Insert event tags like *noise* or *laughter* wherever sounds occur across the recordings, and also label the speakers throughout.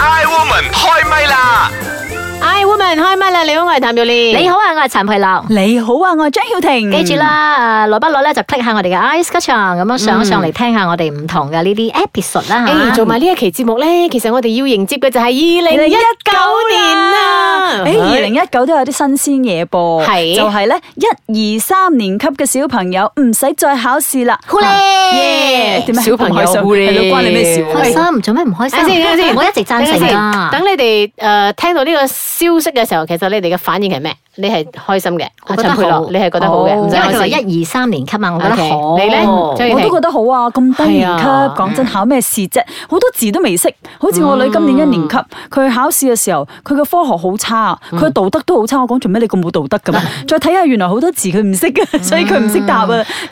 Speaker 1: Iwoman 開唛啦！
Speaker 2: I woman 開唛啦！你好，我係譚玉蓮。
Speaker 3: 你好啊，我係陳佩樂。
Speaker 4: 你好啊，我係張曉婷。
Speaker 2: 嗯
Speaker 3: 記住，啦，啊誒，耐不耐咧就 click 下我哋嘅 Ice Kitchen，咁樣上一上嚟聽下我哋唔同嘅呢啲 episode 啦
Speaker 2: 誒，
Speaker 3: 嚇
Speaker 2: 嗯哎做埋呢一期節目咧，其實我哋要迎接嘅就係二
Speaker 4: 二
Speaker 2: 零
Speaker 4: 零
Speaker 2: 一
Speaker 4: 一
Speaker 2: 九
Speaker 4: 九
Speaker 2: 年啊
Speaker 4: 年
Speaker 2: 啦。
Speaker 3: 啊
Speaker 4: 啦，
Speaker 3: 哎
Speaker 4: 誒，二零一九都有啲新鮮嘢噃，
Speaker 2: 係
Speaker 4: 就係咧一二三年級嘅小朋友唔使再考試啦，
Speaker 3: 好咧
Speaker 4: 耶！點啊
Speaker 2: 小朋友
Speaker 4: 咁開心
Speaker 2: 好咧
Speaker 4: 係咯關你咩事啊？
Speaker 3: 開心，做咩唔開
Speaker 2: 等哎
Speaker 3: *laughs*
Speaker 2: 陣先，等陣
Speaker 3: 心？
Speaker 2: 先，
Speaker 3: 我一直贊成啊㗎。
Speaker 2: 等你哋誒聽到呢個消息嘅時候，其實你哋嘅反應係咩？你係開心嘅，
Speaker 3: 我
Speaker 2: 阿
Speaker 3: 覺得
Speaker 2: 陳佩樂，
Speaker 3: 好，哦
Speaker 2: 你係覺得好嘅，
Speaker 3: 因
Speaker 2: 唔使
Speaker 3: 為
Speaker 2: 開
Speaker 3: 佢話
Speaker 2: 心。
Speaker 3: 一二三年級嘛，啊我覺得
Speaker 2: OK，
Speaker 3: 好。
Speaker 2: 你呢張
Speaker 4: 我都覺得好啊，咁低年級，
Speaker 2: 係啊
Speaker 4: 講真考咩試啫？好多字都未識，好似我女今年一年級，
Speaker 3: 嗯
Speaker 4: 佢考試嘅時候，佢嘅科學好差啊，佢嘅道德都好差。我講做咩你咁冇道德咁啊？
Speaker 3: 嗯
Speaker 4: 再睇下原來好多字佢唔識嘅，所以佢唔識答啊，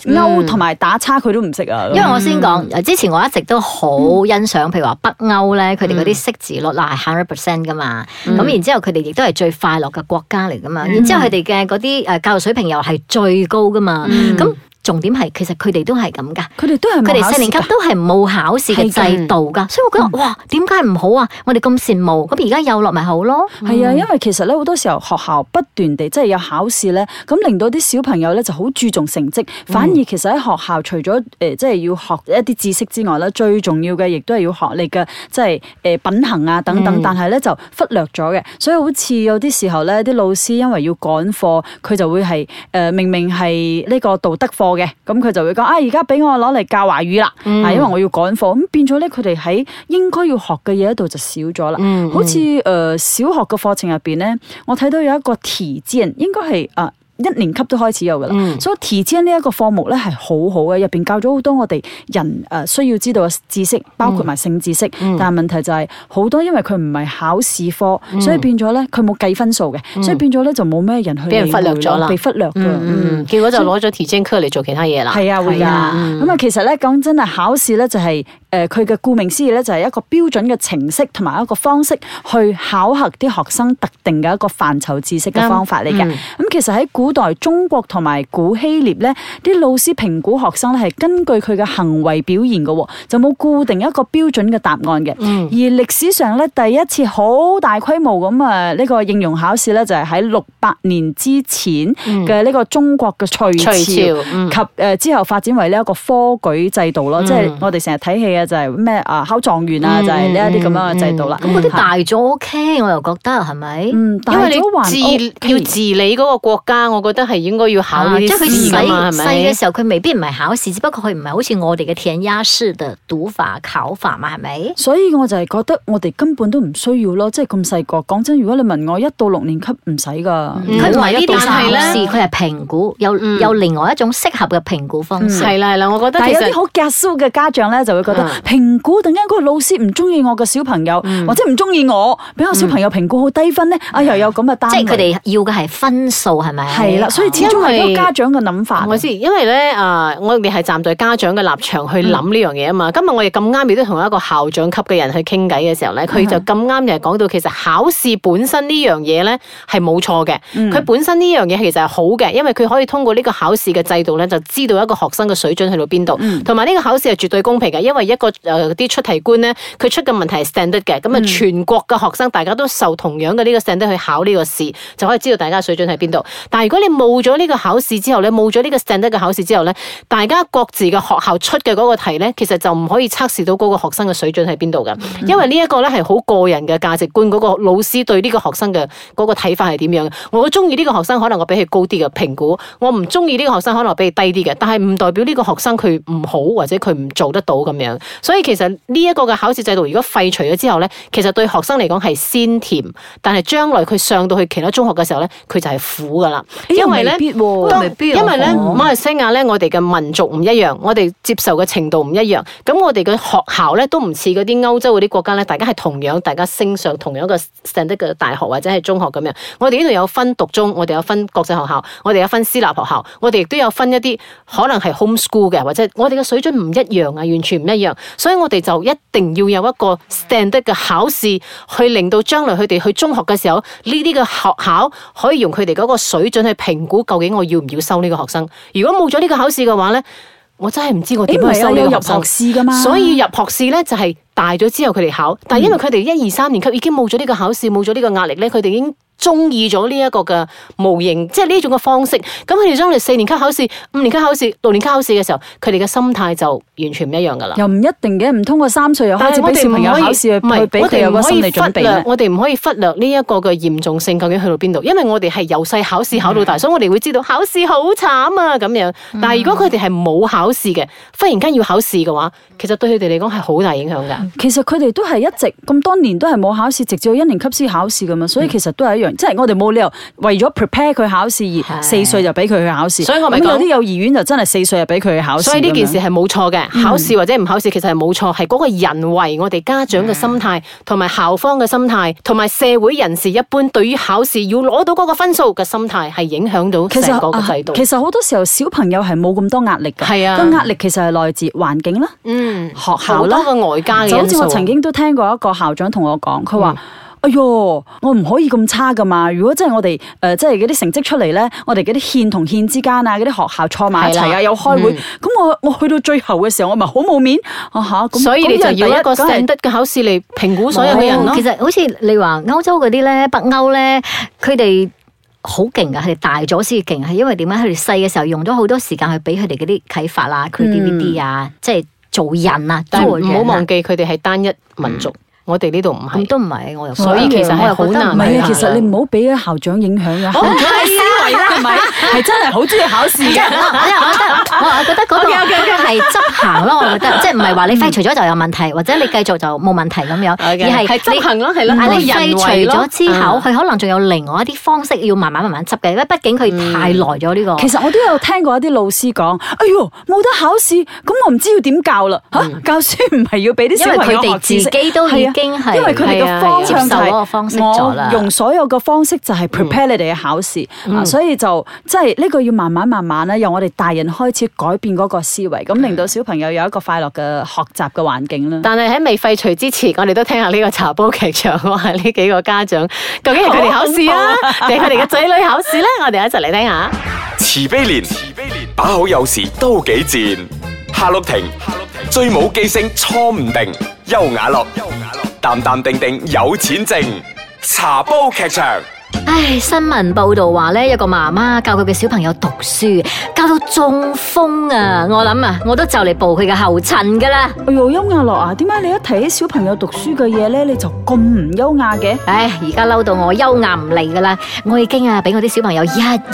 Speaker 4: 勾同埋打叉佢都唔識啊。
Speaker 3: 嗯
Speaker 2: 嗯
Speaker 3: 因為我先講，誒之前我一直都好欣賞，譬如話北歐咧，佢哋
Speaker 2: 嗯
Speaker 3: 嗰啲識字率啦係 hundred percent 噶嘛，咁然之後佢哋亦都係最快樂嘅國家嚟噶
Speaker 2: 嗯
Speaker 3: 嘛，然之後佢哋嘅嗰啲誒教育水平又係最高噶嘛，
Speaker 2: 嗯
Speaker 3: 咁重點係其實佢哋都係咁噶。
Speaker 4: 佢哋都係
Speaker 3: 佢
Speaker 4: 冇
Speaker 3: 哋
Speaker 4: 啊考
Speaker 3: 四年
Speaker 4: 試
Speaker 3: 級
Speaker 4: 㗎嗯
Speaker 3: 都係冇考試嘅制度㗎，所以我覺得哇，點解唔好啊？我哋咁羨慕，咁而家有落咪好咯。
Speaker 4: 係啊，因為其實咧好多時候學校不斷地即係有考試咧，咁令到啲小朋友咧就好注重成績，反而其實喺學校除咗誒、呃即係要學一啲知識之外咧，最重要嘅亦都係要學你嘅即係誒、呃品行啊等等，但係咧就忽略咗嘅，所以好似有啲時候咧啲老師因為要趕課，佢就會係誒、呃明明係呢個道德課嘅，咁佢就會講啊而家俾我攞嚟教華語啦，啊因為我要趕課，咁變咗咧佢哋喺應該要學嘅嘢度就少咗啦。
Speaker 2: 嗯
Speaker 4: 好似誒、呃小學嘅課程入邊咧，我睇到有一個提尖，應該係啊。一年級都開始有噶啦，
Speaker 2: 嗯
Speaker 4: 所以提尖呢一個科目咧係好好嘅，入邊教咗好多我哋人誒、呃需要知道嘅知
Speaker 2: 嗯
Speaker 4: 識，包括埋性知識。但係問題就係、好多因為佢唔係考試科，
Speaker 2: 嗯
Speaker 4: 所以變咗咧佢冇計分數嘅，所以變咗咧就冇咩人去
Speaker 2: 俾人
Speaker 4: 理
Speaker 2: 忽略
Speaker 4: 會
Speaker 2: 咗
Speaker 4: 咯
Speaker 2: 啦
Speaker 4: 被忽略㗎。嗯
Speaker 2: 嗯，結果就攞咗 T 精科嚟做其他嘢啦。嗯
Speaker 4: 係啊，會㗎。
Speaker 3: 嗯
Speaker 4: 咁啊，其實咧講真啊，考試咧就係誒佢嘅顧名思義咧，就係一個標準嘅程式同埋一個方式去考核啲學生特定嘅一個範疇知識嘅方法嚟嘅。
Speaker 2: 嗯
Speaker 4: 咁、其實喺古代中國同埋古希臘咧，啲老師評估學生咧係根據佢嘅行為表現嘅喎，就冇固定一個標準嘅答案嘅。
Speaker 2: 嗯
Speaker 4: 而歷史上咧第一次好大規模咁啊呢個應用考試咧就係喺六百年之前嘅呢個中國嘅隋
Speaker 2: 嗯隋朝
Speaker 4: 朝。及誒、呃之後發展為呢一個科舉制度咯，即係我哋成日睇戲嘅就係咩啊考狀元啊，就係呢
Speaker 3: 嗯
Speaker 4: 一啲咁樣嘅制度啦。
Speaker 3: 咁嗰啲大咗 OK，我又覺得係咪？
Speaker 4: 嗯，大
Speaker 2: 因為
Speaker 4: 咗還
Speaker 2: 你
Speaker 4: OK
Speaker 2: 治要治理嗰個國家，我覺得係應該要考呢
Speaker 3: 啊即
Speaker 2: 啲
Speaker 3: 係佢
Speaker 2: 試㗎嘛，係
Speaker 3: 細細
Speaker 2: 咪
Speaker 3: 嘅？時候，佢未必唔係考試，只不過佢唔係好似我哋嘅填鴨式嘅讀法考法嘛，係咪？
Speaker 4: 所以我就係覺得我哋根本都唔需要咯，即係咁細個。講真，如果你問我一到六年級唔使噶，
Speaker 3: 佢唔係呢啲
Speaker 2: 但係
Speaker 3: 考
Speaker 2: 呢
Speaker 3: 試，佢係評估，有有另外一種適合嘅評估方式。
Speaker 2: 係啦係啦，我覺得
Speaker 4: 嗯但係
Speaker 2: 其
Speaker 4: 有
Speaker 2: 實
Speaker 4: 啲好格蘇嘅家長咧，就會覺得評估突然間嗰個老師唔中意我嘅小朋友，或者唔中意我，俾我小朋友評估好低分咧，啊又有咁嘅單
Speaker 3: 即
Speaker 4: 位。
Speaker 3: 係佢哋要嘅係分數，係咪？
Speaker 4: 啊係啦，所以始終係
Speaker 2: 因為
Speaker 4: 嗰個家長嘅諗法。
Speaker 2: 我知，因為咧啊，我哋係站在家長嘅立場去諗呢樣嘢啊嘛。今日我哋咁啱亦都同一個校長級嘅人去傾偈嘅時候咧，佢就咁啱又係講到其實考試本身呢樣嘢咧係冇錯嘅，佢、本身呢樣嘢其實係好嘅，因為佢可以通過呢個考試嘅制度咧，就知道一個學生嘅水準去到邊度，同埋呢個考試係絕對公平嘅，因為一個誒呃啲、出題官咧，佢出嘅問題係 standard 嘅，咁啊全國嘅學生大家都受同樣嘅呢個 standard 去考呢個試，就可以知道大家水準喺邊度。但係如果你冇咗呢個考試之後咧，冇咗呢個 standard 嘅考試之後咧，大家各自嘅學校出嘅嗰個題咧，其實就唔可以測試到嗰個學生嘅水準喺邊度㗎，因為呢一個咧係好個人嘅價值觀，嗰、個老師對呢個學生嘅嗰個睇法係點樣嘅。我中意呢個學生，可能我俾佢高啲嘅評估；我唔中意呢個學生，可能我俾佢低啲嘅。但係唔代表呢個學生佢唔好或者佢唔做得到咁樣。所以其實呢一個嘅考試制度如果廢除咗之後咧，其實對學生嚟講係鮮甜，但係將來佢上到去其他中學嘅時候咧，佢就係苦㗎啦。
Speaker 4: 咦
Speaker 2: 因為咧
Speaker 4: 又未，必喎
Speaker 2: 當
Speaker 4: 未必喎
Speaker 2: 因為咧，
Speaker 4: 哦
Speaker 2: 馬來西亞咧，我哋嘅民族唔一樣，我哋接受嘅程度唔一樣，咁我哋嘅學校咧都唔似嗰啲歐洲嗰啲國家咧，大家係同樣大家升上同樣嘅 standard 嘅大學或者係中學咁樣。我哋呢度有分獨中，我哋有分國際學校，我哋有分私立學校，我哋亦都有分一啲可能係 homeschool 嘅，或者我哋嘅水準唔一樣啊，完全唔一樣，所以我哋就一定要有一個 standard 嘅考試，去令到將來佢哋去中學嘅時候，呢啲嘅學校可以用佢哋嗰個水準去評估究竟我要唔要收呢個學生。如果冇咗呢個考試嘅話咧，我真係唔知我
Speaker 4: 誒
Speaker 2: 點
Speaker 4: 唔
Speaker 2: 去
Speaker 4: 係啊，
Speaker 2: 收呢
Speaker 4: 有
Speaker 2: 個
Speaker 4: 入
Speaker 2: 學生
Speaker 4: 學。試噶嘛，
Speaker 2: 所以入學試咧就係大咗之後佢哋考，但係因為佢哋一二三年級已經冇咗呢個考試，冇咗呢個壓力咧，佢哋已經中意咗呢一個嘅模型，即係呢種嘅方式。咁佢哋將佢哋四年級考試、五年級考試、六年級考試嘅時候，佢哋嘅心態就完全唔一樣㗎啦。
Speaker 4: 又唔一定嘅，唔通過三歲又
Speaker 2: 但
Speaker 4: 開始
Speaker 2: 係我
Speaker 4: 俾
Speaker 2: 哋
Speaker 4: 小
Speaker 2: 唔
Speaker 4: 朋友考
Speaker 2: 可以，唔
Speaker 4: 試去去
Speaker 2: 係
Speaker 4: 俾
Speaker 2: 我
Speaker 4: 佢有
Speaker 2: 哋唔
Speaker 4: 個
Speaker 2: 可
Speaker 4: 心
Speaker 2: 以
Speaker 4: 理準
Speaker 2: 忽
Speaker 4: 備
Speaker 2: 略
Speaker 4: 咧，？
Speaker 2: 我哋唔可以忽略呢一個嘅嚴重性究竟去到邊度，因為我哋係由細考試考到大，所以我哋會知道考試好慘啊咁樣。但係如果佢哋係冇考試嘅，忽然間要考試嘅話，其實對佢哋嚟講係好大影響㗎。
Speaker 4: 其實佢哋都係一直咁多年都係冇考試，直至到一年級先考試噶嘛，所以其實都係一樣，即係我哋冇理由為咗 prepare 佢考試而
Speaker 3: 係
Speaker 4: 四歲就俾佢去考試。
Speaker 2: 所以我咪
Speaker 4: 咁有
Speaker 2: 講
Speaker 4: 啲幼兒園就真係四歲就俾佢去考試咁樣。嗯
Speaker 2: 所以呢件事係冇錯嘅，考試或者唔考試其實係冇錯，係嗰個人為我哋家長嘅心態，
Speaker 4: 嗯
Speaker 2: 同埋校方嘅心態，同埋社會人士一般對於考試要攞到嗰個分數嘅心態，係影響到
Speaker 4: 其實
Speaker 2: 成個嘅制度
Speaker 4: 啊。其實好多時候小朋友係冇咁多壓力㗎，
Speaker 2: 係啊
Speaker 4: 個壓力其實係來自環境啦、
Speaker 2: 嗯，
Speaker 4: 學校
Speaker 2: 好多
Speaker 4: 啦。
Speaker 2: 嘅外加
Speaker 4: 就
Speaker 2: 嘅
Speaker 4: 好
Speaker 2: 因
Speaker 4: 似
Speaker 2: 素。啊
Speaker 4: 我曾經都聽過一個校長同我講，佢
Speaker 2: 嗯
Speaker 4: 話。哎喲，我唔可以咁差噶嘛！如果真係我哋誒、呃即係嗰啲成績出嚟咧，我哋嗰啲縣同縣之間啊，嗰啲學校坐埋一齊
Speaker 2: 係啦嗯
Speaker 4: 啊，有開會，咁、我我去到最後嘅時候，我咪好冇面啊嚇！咁
Speaker 2: 所以你就
Speaker 4: 咁人
Speaker 2: 要
Speaker 4: 第
Speaker 2: 一個
Speaker 4: 梗係
Speaker 2: standard 嘅考試嚟評估所有嘅人
Speaker 3: 哦
Speaker 2: 咯
Speaker 3: 其。實好似你話歐洲嗰啲咧，北歐咧，佢哋。好勁噶，佢哋大咗先勁，係因為點解？佢哋細嘅時候用咗好多時間去俾佢哋嗰啲啟發啦、creativity 啊，即係做人啊，
Speaker 2: 但
Speaker 3: 做
Speaker 2: 係
Speaker 3: 人
Speaker 2: 唔好
Speaker 3: 啊
Speaker 2: 忘記佢哋係單一民
Speaker 4: 嗯
Speaker 2: 族，我哋呢度唔
Speaker 3: 咁
Speaker 2: 係。
Speaker 3: 都唔係，我又
Speaker 2: 所以其實係
Speaker 3: 我又覺得
Speaker 2: 好
Speaker 4: 唔
Speaker 2: 難
Speaker 4: 係啊，
Speaker 2: 係
Speaker 4: 其實你唔好俾啲校長影響啊！
Speaker 2: 哦
Speaker 4: 校長嘅思維咧，係咪 *laughs* 係真係好中意考試
Speaker 2: 啊
Speaker 4: 嘅？
Speaker 3: 我覺得嗰個係執行咯，我覺得即係唔係話你廢除咗就有問題，或者你繼續就冇問題咁樣，而係
Speaker 2: 係
Speaker 3: 你
Speaker 2: 執行咯，係
Speaker 4: 嗯
Speaker 2: 咯，嗰
Speaker 3: 但
Speaker 2: 個
Speaker 3: 你廢
Speaker 2: 人
Speaker 3: 除
Speaker 2: 為咯
Speaker 3: 咗之後，
Speaker 2: 嗯
Speaker 3: 佢可能仲有另外一啲方式要慢慢慢慢執嘅，因為畢竟佢太耐咗呢個。
Speaker 4: 其實我都有聽過一啲老師講，哎呦冇得考試，咁我唔知要點教啦嚇。
Speaker 2: 嗯
Speaker 4: 教書唔係要俾啲
Speaker 3: 因
Speaker 4: 小
Speaker 3: 為
Speaker 4: 朋
Speaker 3: 佢
Speaker 4: 友
Speaker 3: 哋
Speaker 4: 學
Speaker 3: 自
Speaker 4: 知識，
Speaker 3: 己都已經係
Speaker 4: 因為佢哋
Speaker 2: 係啊
Speaker 4: 嘅方
Speaker 3: 接
Speaker 4: 向
Speaker 3: 受
Speaker 4: 就
Speaker 3: 嗰
Speaker 4: 係
Speaker 3: 個方式咗
Speaker 4: 我
Speaker 3: 啦。嗯
Speaker 4: 用所有嘅方式就係 prepare 你哋嘅考試，啊所以就即係呢個要慢慢慢慢咧，由我哋大人開始改變嗰個思維，咁
Speaker 3: 嗯
Speaker 4: 令到小朋友有一個快樂嘅學習嘅環境啦。
Speaker 2: 但係喺未廢除之前，我哋都聽下呢個茶煲劇場，我係呢幾個家長究竟係佢哋考試啊，定係佢哋嘅仔女考試咧？我哋一齊嚟聽下。
Speaker 1: 慈悲蓮，慈悲蓮，把口有時都幾賤。夏綠庭，夏綠庭，最冇記性錯唔定。優雅樂，優雅樂，淡淡定定有錢剩。茶煲劇場，
Speaker 3: 唉，新聞報道話咧，有個媽媽教佢嘅小朋友讀書，教到中風啊！我諗啊，我都就嚟步佢嘅後塵噶啦。
Speaker 4: 哎呦，優雅樂啊，點解你一提起小朋友讀書嘅嘢咧，你就咁唔優雅嘅？
Speaker 3: 唉，而家嬲到我優雅唔嚟噶啦！我已經啊俾我啲小朋友日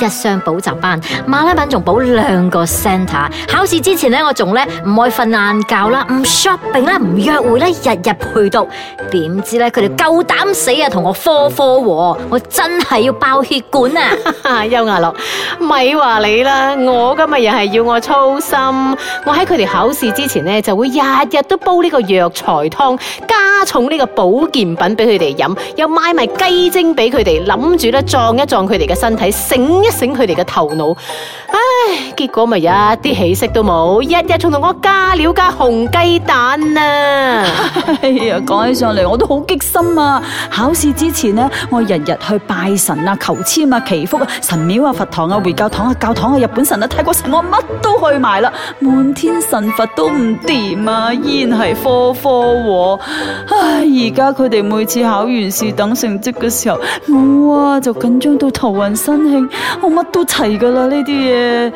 Speaker 3: 日上補習班，馬拉品仲補兩個 centre。考試之前咧，我仲咧唔愛瞓晏覺啦，唔 shopping 啦，唔約會啦，日日陪讀。點知咧佢哋夠膽死啊，同我科科喎！我真係要爆血管啊！
Speaker 2: *laughs* 啊，邱雅樂，咪話你啦，我今日又係要我操心，我喺佢哋考試之前呢，就會日日都煲呢個藥材湯，加重呢個保健品俾佢哋飲，又買埋雞精俾佢哋，諗住咧撞一撞佢哋嘅身體，醒一醒佢哋嘅頭腦。唉，結果咪一啲起色都冇，日日仲同我加料加紅雞蛋啊！
Speaker 4: 哎呀，講起上嚟我都好激心啊！考試之前呢，我日日去拜神啊、求籤啊、祈福啊、神廟啊、佛堂啊、回教堂啊、教堂啊、日本神啊、泰國神，我乜都去埋啦，滿天神佛都唔掂啊，依然係科科喎、唉，而家佢哋每次考完試等成績嘅時候，我啊就緊張到頭暈身慶，我乜都齊噶啦呢啲嘢。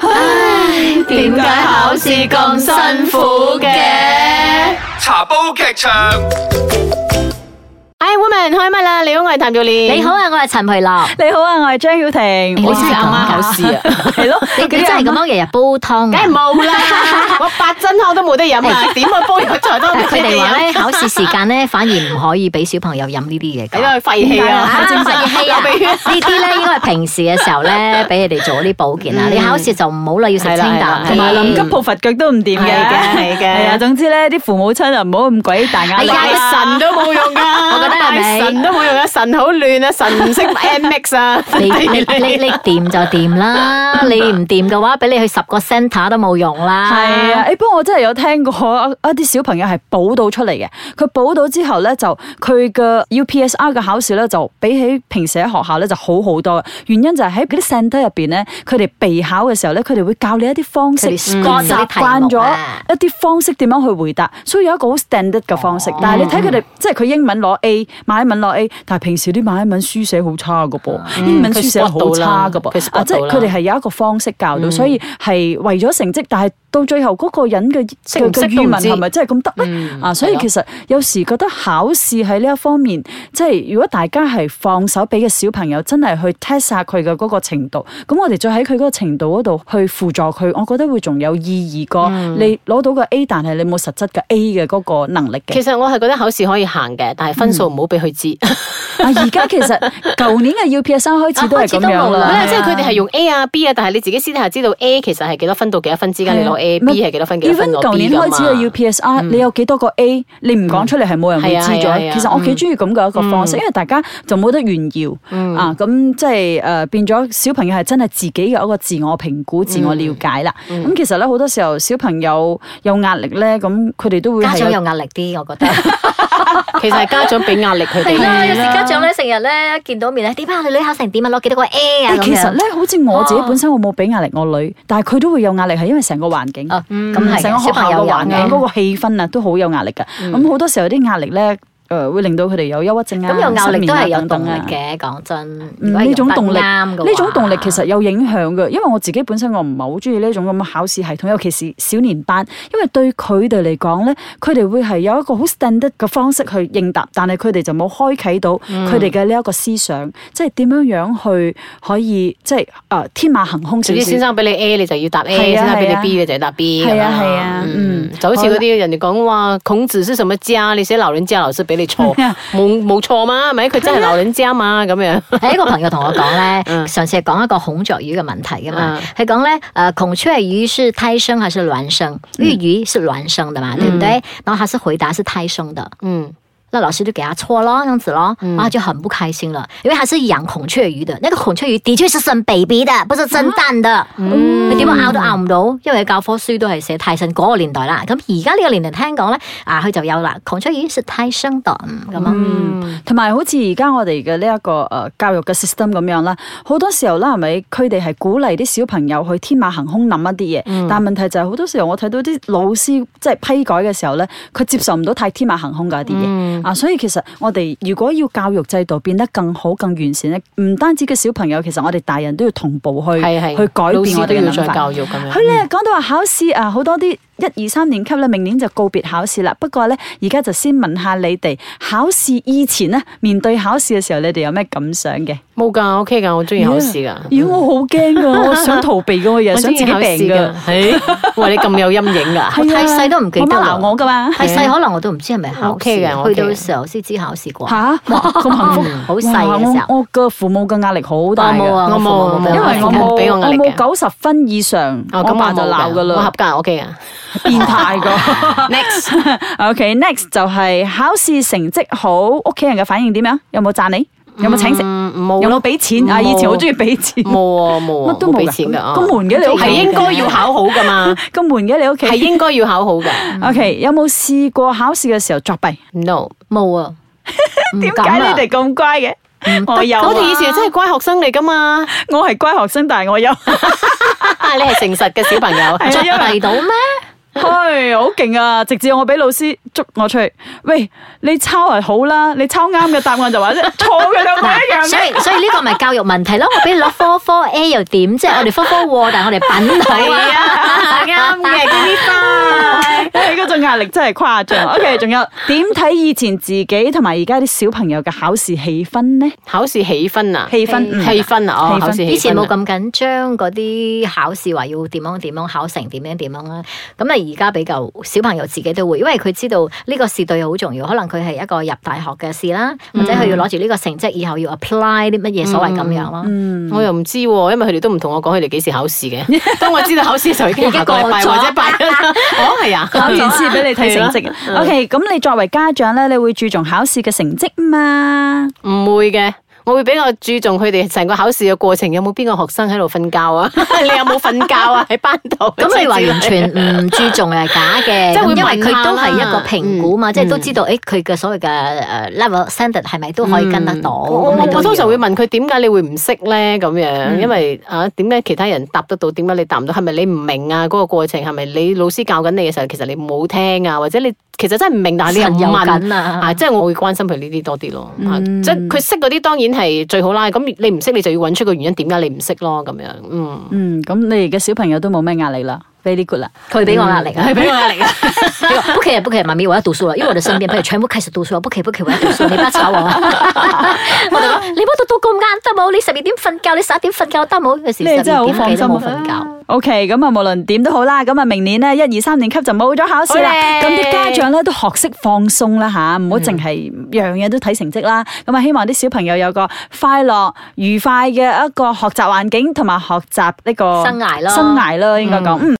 Speaker 4: 唉，
Speaker 2: 點解
Speaker 3: 啊
Speaker 2: 考試咁辛苦嘅？
Speaker 1: 茶煲劇場。
Speaker 2: 哎，woman 開唛啦！你好，我係譚耀蓮。
Speaker 3: 你好啊，我係陳培 *laughs* 樂。
Speaker 4: 你好啊，我係張曉婷，
Speaker 3: 你真係咁
Speaker 2: 阿媽
Speaker 3: 㗎
Speaker 2: 考試啊！
Speaker 4: 係咯，
Speaker 3: 你你真係咁樣日日煲湯
Speaker 2: *laughs* 梗
Speaker 3: 啊
Speaker 2: 係！冇
Speaker 3: *laughs*
Speaker 2: 啦，我八珍湯都冇得飲啊，點去煲藥材
Speaker 3: 但
Speaker 2: 湯
Speaker 3: 係
Speaker 2: 俾
Speaker 3: 佢哋話
Speaker 2: 飲？
Speaker 3: 咧，考試時間咧反而唔可以俾小朋友飲呢啲嘢
Speaker 2: 你都
Speaker 3: 㗎。
Speaker 2: 係廢 *laughs* 氣啊！
Speaker 3: 啊發 *laughs* 熱氣啊！
Speaker 2: 流鼻血
Speaker 3: 呢啲咧應該係平時嘅時候咧，俾佢哋做啲保健啊。
Speaker 2: 嗯
Speaker 3: 你考試就唔好啦，要食清
Speaker 2: 係啦
Speaker 3: 淡
Speaker 2: 係
Speaker 4: 同埋
Speaker 2: 啦
Speaker 4: 臨
Speaker 2: 臨
Speaker 4: 急
Speaker 2: 急
Speaker 4: 抱佛腳都唔掂
Speaker 2: 係
Speaker 4: 嘅，
Speaker 2: 嘅係
Speaker 4: *laughs*
Speaker 2: 嘅
Speaker 4: 啊係啊，總之咧，啲父母親就唔好咁鬼大壓力
Speaker 3: 哎呀
Speaker 4: 啦。
Speaker 2: 神都冇用噶，
Speaker 3: *laughs* 我覺得係咪
Speaker 2: 神都冇用啊，神好亂啊，神
Speaker 3: *laughs*
Speaker 2: 唔識 M X 啊，*laughs*
Speaker 3: 你你你你掂就掂 *laughs* 啦，你唔掂嘅話，俾你去十個 centre 都冇用啦。
Speaker 4: 係啊，誒、不過我真係有聽過一啲小朋友係補到出嚟嘅，佢補到之後咧就佢嘅 UPSR 嘅考試咧就比起平時喺學校咧就好好多嘅，原因就係喺嗰啲 centre 入邊咧，佢哋備考嘅時候咧，佢哋會教你一啲方式，
Speaker 3: 佢哋 score
Speaker 4: 習
Speaker 3: 咗啲題目啊
Speaker 4: 慣咗一啲方式點樣去回答，所以有一個好 standard
Speaker 2: 哦
Speaker 4: 嘅方式。但係你睇
Speaker 2: 嗯
Speaker 4: 佢哋，即係佢英文攞 A，馬來文攞 A，但係平時啲馬來文書寫好差嘅噃，英文書寫好差嘅
Speaker 2: 嗯佢 spot 到啦嗯
Speaker 4: 噃，啊，即係佢哋係有一個方式教到，所以係為咗成績，但係到最後嗰個人嘅
Speaker 2: 識唔
Speaker 4: 嘅
Speaker 2: 識
Speaker 4: 嘅
Speaker 2: 都唔
Speaker 4: 語文
Speaker 2: 知
Speaker 4: 係咪真係咁得咧？
Speaker 2: 嗯
Speaker 4: 啊，所以其實有時覺得考試喺呢一方面，即係如果大家係放手俾嘅小朋友真係去 test 下佢嘅嗰個程度，咁我哋再喺佢嗰個程度嗰度去輔助佢，我覺得會仲有意義過你攞到個 A，但係你冇實質嘅 A 嘅嗰個能力嘅 *laughs*
Speaker 2: 其。實我係覺得考試可以行嘅，但係分數唔好俾佢知。
Speaker 4: 啊，而家其 *laughs* 實舊年嘅 UPSR 開始都係咁樣
Speaker 2: 唔係
Speaker 4: 啦
Speaker 2: 啊。即係佢哋係用 A 啊 B 啊，但係你自己私底下知道 A 其實係幾多分到幾多分之間，你攞 A，B 係幾多分幾多
Speaker 4: 啊 even
Speaker 2: 分攞
Speaker 4: 舊
Speaker 2: B
Speaker 4: 年
Speaker 2: 㗎嘛嗯
Speaker 4: 開始嘅 UPSR，你有幾多個 A，你唔講出嚟係冇人會知
Speaker 2: 係啊係啊係啊嗯
Speaker 4: 咗。其實我幾中意咁嘅一個方式，因為大家就冇得炫耀啊，咁即係誒變咗小朋友係真係自己嘅一個自我評
Speaker 2: 嗯
Speaker 4: 估、自我了解啦。咁其實咧好多時候小朋友有壓力咧，咁佢哋都會
Speaker 3: 家
Speaker 4: 係
Speaker 3: 長有壓力啲，我覺得。
Speaker 2: 其實係家長俾壓力佢
Speaker 3: *laughs* 係啊啦，
Speaker 2: 哋。
Speaker 3: 有時家長咧成日咧見到面咧，點啊？你女考成點啊？攞幾多個 A 啊？
Speaker 4: 誒
Speaker 3: 咁
Speaker 4: 其實
Speaker 3: 樣
Speaker 4: 咧，好似我自己本身我冇俾壓力我女，但係佢都會有壓力，係因為成個環境。
Speaker 3: 哦，咁
Speaker 4: 咁
Speaker 3: 係
Speaker 4: 嗯成個
Speaker 3: 嘅
Speaker 4: 學
Speaker 3: 小朋
Speaker 4: 校
Speaker 3: 友
Speaker 4: 嘅
Speaker 3: 有
Speaker 4: 環境
Speaker 3: 嘅嗯
Speaker 4: 嗰個氣氛啊，都好有壓力㗎。咁好多時候啲壓力咧，誒會令到佢哋有憂鬱症啊，
Speaker 3: 咁有壓力都係有
Speaker 4: 失眠啊
Speaker 3: 動
Speaker 4: 等等
Speaker 3: 力
Speaker 4: 啊
Speaker 3: 嘅，講真。
Speaker 4: 嗯
Speaker 3: 如果係
Speaker 4: 呢種
Speaker 3: 用得
Speaker 4: 動力，
Speaker 3: 啱嘅
Speaker 4: 呢種
Speaker 3: 話
Speaker 4: 動力其實有影響嘅，因為我自己本身我唔係好中意呢種咁嘅考試系統，尤其是小年班，因為對佢哋嚟講咧，佢哋會係有一個好 standard 嘅方式去應答，但係佢哋就冇開啟到
Speaker 3: 嗯
Speaker 4: 佢哋嘅呢一個思想，即係點樣樣去可以即係誒、呃天馬行空少
Speaker 2: 總之
Speaker 4: 少
Speaker 2: 先。生俾你 A，你就要答 A；
Speaker 4: 係啊
Speaker 2: 先生俾
Speaker 4: 係
Speaker 2: 你
Speaker 4: 啊
Speaker 2: B，你就要答 B 咁樣。
Speaker 4: 係啊係啊
Speaker 2: 嗯
Speaker 4: 嗯
Speaker 2: 就好似嗰啲人哋講話孔子是什麼家，你寫老人家，老師俾你
Speaker 4: *laughs*
Speaker 2: 錯，
Speaker 4: 啊
Speaker 2: 冇冇錯嘛？係咪？佢真係老人家嘛？咁
Speaker 4: *laughs*
Speaker 2: 樣。
Speaker 3: *laughs* 係一個朋友同我講咧，
Speaker 2: 嗯
Speaker 3: 上次係講一個孔雀魚嘅問題噶嘛
Speaker 2: 嗯，
Speaker 3: 佢講咧，誒孔雀魚是胎生還是卵生？因
Speaker 4: 嗯
Speaker 3: 為魚是卵生的嘛，對不對？然後他是回答是胎生的，
Speaker 2: 嗯，
Speaker 3: 那老師就給他錯咯，這樣子咯，然後他就很不開心了，因為他是養孔雀魚的，那個孔雀魚的確是生 baby 的，不是生蛋的，嗯你點樣拗都拗唔到，因為教科書都係寫胎生嗰個年代啦，咁而家呢個年代聽講咧，啊佢就有啦，孔雀魚是胎生的，嗯咁啊。
Speaker 4: 嗯，同埋好似而家我哋嘅呢一個誒教育嘅 system 咁樣啦，好多時候啦，係咪佢哋係鼓勵啲小朋友去天馬行空諗一啲嘢，
Speaker 2: 嗯
Speaker 4: 但問題就係好多時候我睇到啲老師即係批改嘅時候咧，佢接受唔到太天馬行空嘅一啲嘢、
Speaker 2: 嗯
Speaker 4: 啊，所以其實我哋如果要教育制度變得更好、更完善咧，唔單止嘅小朋友，其實我哋大人都要同步去
Speaker 2: 嗯係係。
Speaker 4: 去改
Speaker 2: 老
Speaker 4: 變
Speaker 2: 師
Speaker 4: 我
Speaker 2: 都
Speaker 4: 哋嘅
Speaker 2: 要
Speaker 4: 諗
Speaker 2: 再
Speaker 4: 法。
Speaker 2: 教育咁樣。
Speaker 4: 佢咧講到話考試啊，好多啲一二三年級咧，明年就告別考試啦。不過咧，而家就先問下你哋考試以前咧，面對考試嘅時候，你哋有咩感想嘅？
Speaker 2: 冇㗎，OK 㗎，我中意考試㗎。嗯
Speaker 4: 咦，我好驚噶，我想逃避噶，我日日
Speaker 2: 我
Speaker 4: 想
Speaker 2: 中
Speaker 4: 自己
Speaker 2: 意考試
Speaker 4: 病
Speaker 2: 㗎
Speaker 4: 噶，。
Speaker 2: 係， *laughs* 哇！你咁有陰影㗎。
Speaker 4: *laughs* 係啊
Speaker 3: 太細都唔記得
Speaker 4: 我媽
Speaker 3: 啦
Speaker 4: 鬧我噶
Speaker 3: *laughs*
Speaker 4: 嘛。
Speaker 3: 係細可能我都唔知係咪啊考
Speaker 2: OK 嘅
Speaker 3: 試，
Speaker 2: 我
Speaker 3: 去到
Speaker 2: OK 嘅
Speaker 3: 時候先知考試啩。
Speaker 4: 吓，哇咁幸福，
Speaker 3: 好細嘅時
Speaker 4: 嗯哇
Speaker 3: 候
Speaker 4: 我我嘅父母嘅壓力好大㗎
Speaker 3: 我冇啊
Speaker 2: 我冇，我
Speaker 4: 因
Speaker 2: 冇
Speaker 4: 為我冇
Speaker 2: 俾我壓力
Speaker 4: 冇
Speaker 2: 嘅。
Speaker 4: 九十分以上，
Speaker 2: 哦，
Speaker 4: 我
Speaker 2: 咁
Speaker 4: 爸就
Speaker 2: 冇
Speaker 4: 鬧噶
Speaker 2: 我合
Speaker 4: 啦，
Speaker 2: 格，OK 㗎。
Speaker 4: *laughs* 變
Speaker 2: *laughs*
Speaker 4: 態噶。 *laughs*
Speaker 2: Next。
Speaker 4: OK，next 就係考試成績好，屋企人嘅反應點樣？有冇讚你？有冇請食？
Speaker 2: 嗯，冇
Speaker 4: 有
Speaker 2: 咯
Speaker 4: 冇俾錢啊？
Speaker 2: 冇
Speaker 4: 以前好中意俾錢，
Speaker 2: 冇啊冇啊，
Speaker 4: 乜都冇
Speaker 2: 冇俾
Speaker 4: 㗎
Speaker 2: 錢噶，啊
Speaker 4: 咁悶嘅你屋企
Speaker 2: 係應該要考好噶嘛，
Speaker 4: *laughs* 咁悶嘅你屋企。
Speaker 2: 係應該要考好噶。
Speaker 4: *laughs* O K，有冇試過考試嘅時候作弊？
Speaker 2: No，
Speaker 3: 冇
Speaker 4: *laughs*
Speaker 3: 啊，唔
Speaker 4: 點
Speaker 3: 敢
Speaker 4: 解
Speaker 3: 啊
Speaker 4: 你哋咁乖嘅？我有啊，
Speaker 2: 我哋以前真係乖學生嚟噶
Speaker 4: *laughs*
Speaker 2: 嘛，
Speaker 4: 我係乖學生，但係我 *laughs* 有，
Speaker 2: 你係誠實嘅小朋友。
Speaker 4: 係啊因為
Speaker 3: 嚟到咩？
Speaker 4: 唉，好勁啊！直至我俾老師捉我出去，喂，你抄係好啦，你抄啱嘅答案就話 *laughs* 啫，錯嘅兩個一樣
Speaker 3: 所
Speaker 4: 嘅。
Speaker 3: 以所以呢個咪教育問題咯。我俾你攞科科 A 又點啫？我哋科科喎，但係我哋品佢
Speaker 4: *laughs*
Speaker 3: 啊，啱嘅呢
Speaker 4: 唉嗰種壓力真係誇張。O K，仲有點睇以前自己同埋而家啲小朋友嘅考試氣氛呢？
Speaker 2: 考試氣氛啊，
Speaker 4: 氣氛，嗯
Speaker 2: 氣氛啊，哦
Speaker 4: 氣氛
Speaker 2: 考試氣氛啊
Speaker 3: 以前冇咁緊張嗰啲考試話要點樣點樣考成點樣點樣啦。咁啊，係而家比較小朋友自己都會，因為佢知道呢個試對好重要，可能佢係一個入大學嘅試啦，
Speaker 2: 嗯
Speaker 3: 或者佢要攞住呢個成績以後要 apply 啲乜嘢所謂咁樣咯。
Speaker 4: 嗯，
Speaker 2: 我又唔知喎，因為佢哋都唔同我講佢哋幾時考試嘅。 *laughs* 當我知道考試嘅時候，已經係下個禮拜
Speaker 3: 已經過咗
Speaker 2: 或者拜一
Speaker 4: *laughs*
Speaker 2: 啦。哦，係啊，
Speaker 4: 考完試俾你睇成績。O K，咁你作為家長咧，你會注重考試嘅成績嘛？
Speaker 2: 唔會嘅。我會比較注重佢哋成個考試嘅過程，有冇邊個學生喺度瞓覺啊？ *laughs* 你有冇瞓覺啊？喺班度
Speaker 3: 咁你話完全唔注重係假嘅，
Speaker 2: *laughs* 即係會
Speaker 3: 咁因為
Speaker 2: 問下
Speaker 3: 佢都
Speaker 2: 啦
Speaker 3: 係一個評估嘛，
Speaker 2: 嗯
Speaker 3: 即係都知道誒佢嘅所謂嘅誒 level standard 係咪都可以跟得到？
Speaker 2: 我
Speaker 3: 咁你都
Speaker 2: 嗯
Speaker 3: 嗯
Speaker 2: 我通常
Speaker 3: 要
Speaker 2: 會問佢點解你會唔識咧咁樣，因為啊點解其他人答得到，點解你答唔到？係咪你唔明啊？嗰、個過程係咪你老師教緊你嘅時候，其實你冇聽啊？或者你其實真係唔明，但係你又
Speaker 3: 神遊
Speaker 2: 問
Speaker 3: 緊啊嗯
Speaker 2: 啊？即係我會關心佢呢啲多啲咯。啊即係佢識嗰啲當然係最好啦。咁你唔識你就要揾出個原因點解你唔識咯咁樣。嗯，
Speaker 4: 嗯，咁你而家小朋友都冇咩壓力啦，very good 啦。
Speaker 3: 佢俾我壓力啊，
Speaker 2: 係俾我壓力啊！
Speaker 3: 你話不可以，不可以，媽咪，我要讀書了，因為我的身邊朋友全部開始讀書了，不可以，不可以，我要讀書，你不要吵我。我就講你唔好讀到咁晏得冇？你十二點瞓覺，你十一點瞓覺得冇？有時
Speaker 4: 你
Speaker 3: 十二
Speaker 4: 真係好放
Speaker 3: 點幾
Speaker 4: 心
Speaker 3: 都
Speaker 4: 啊
Speaker 3: 冇瞓覺。
Speaker 4: O K，咁啊，無論點都好啦，咁啊，明年咧一二三年級就冇咗考試啦，咁
Speaker 2: 好咧
Speaker 4: 啲家長咧都學識放鬆啦吓，
Speaker 3: 嗯
Speaker 4: 唔好淨係樣嘢都睇成績啦。咁啊，希望啲小朋友有個快樂愉快嘅一個學習環境同埋學習呢個
Speaker 3: 生涯咯
Speaker 4: 生涯咯，應該講嗯。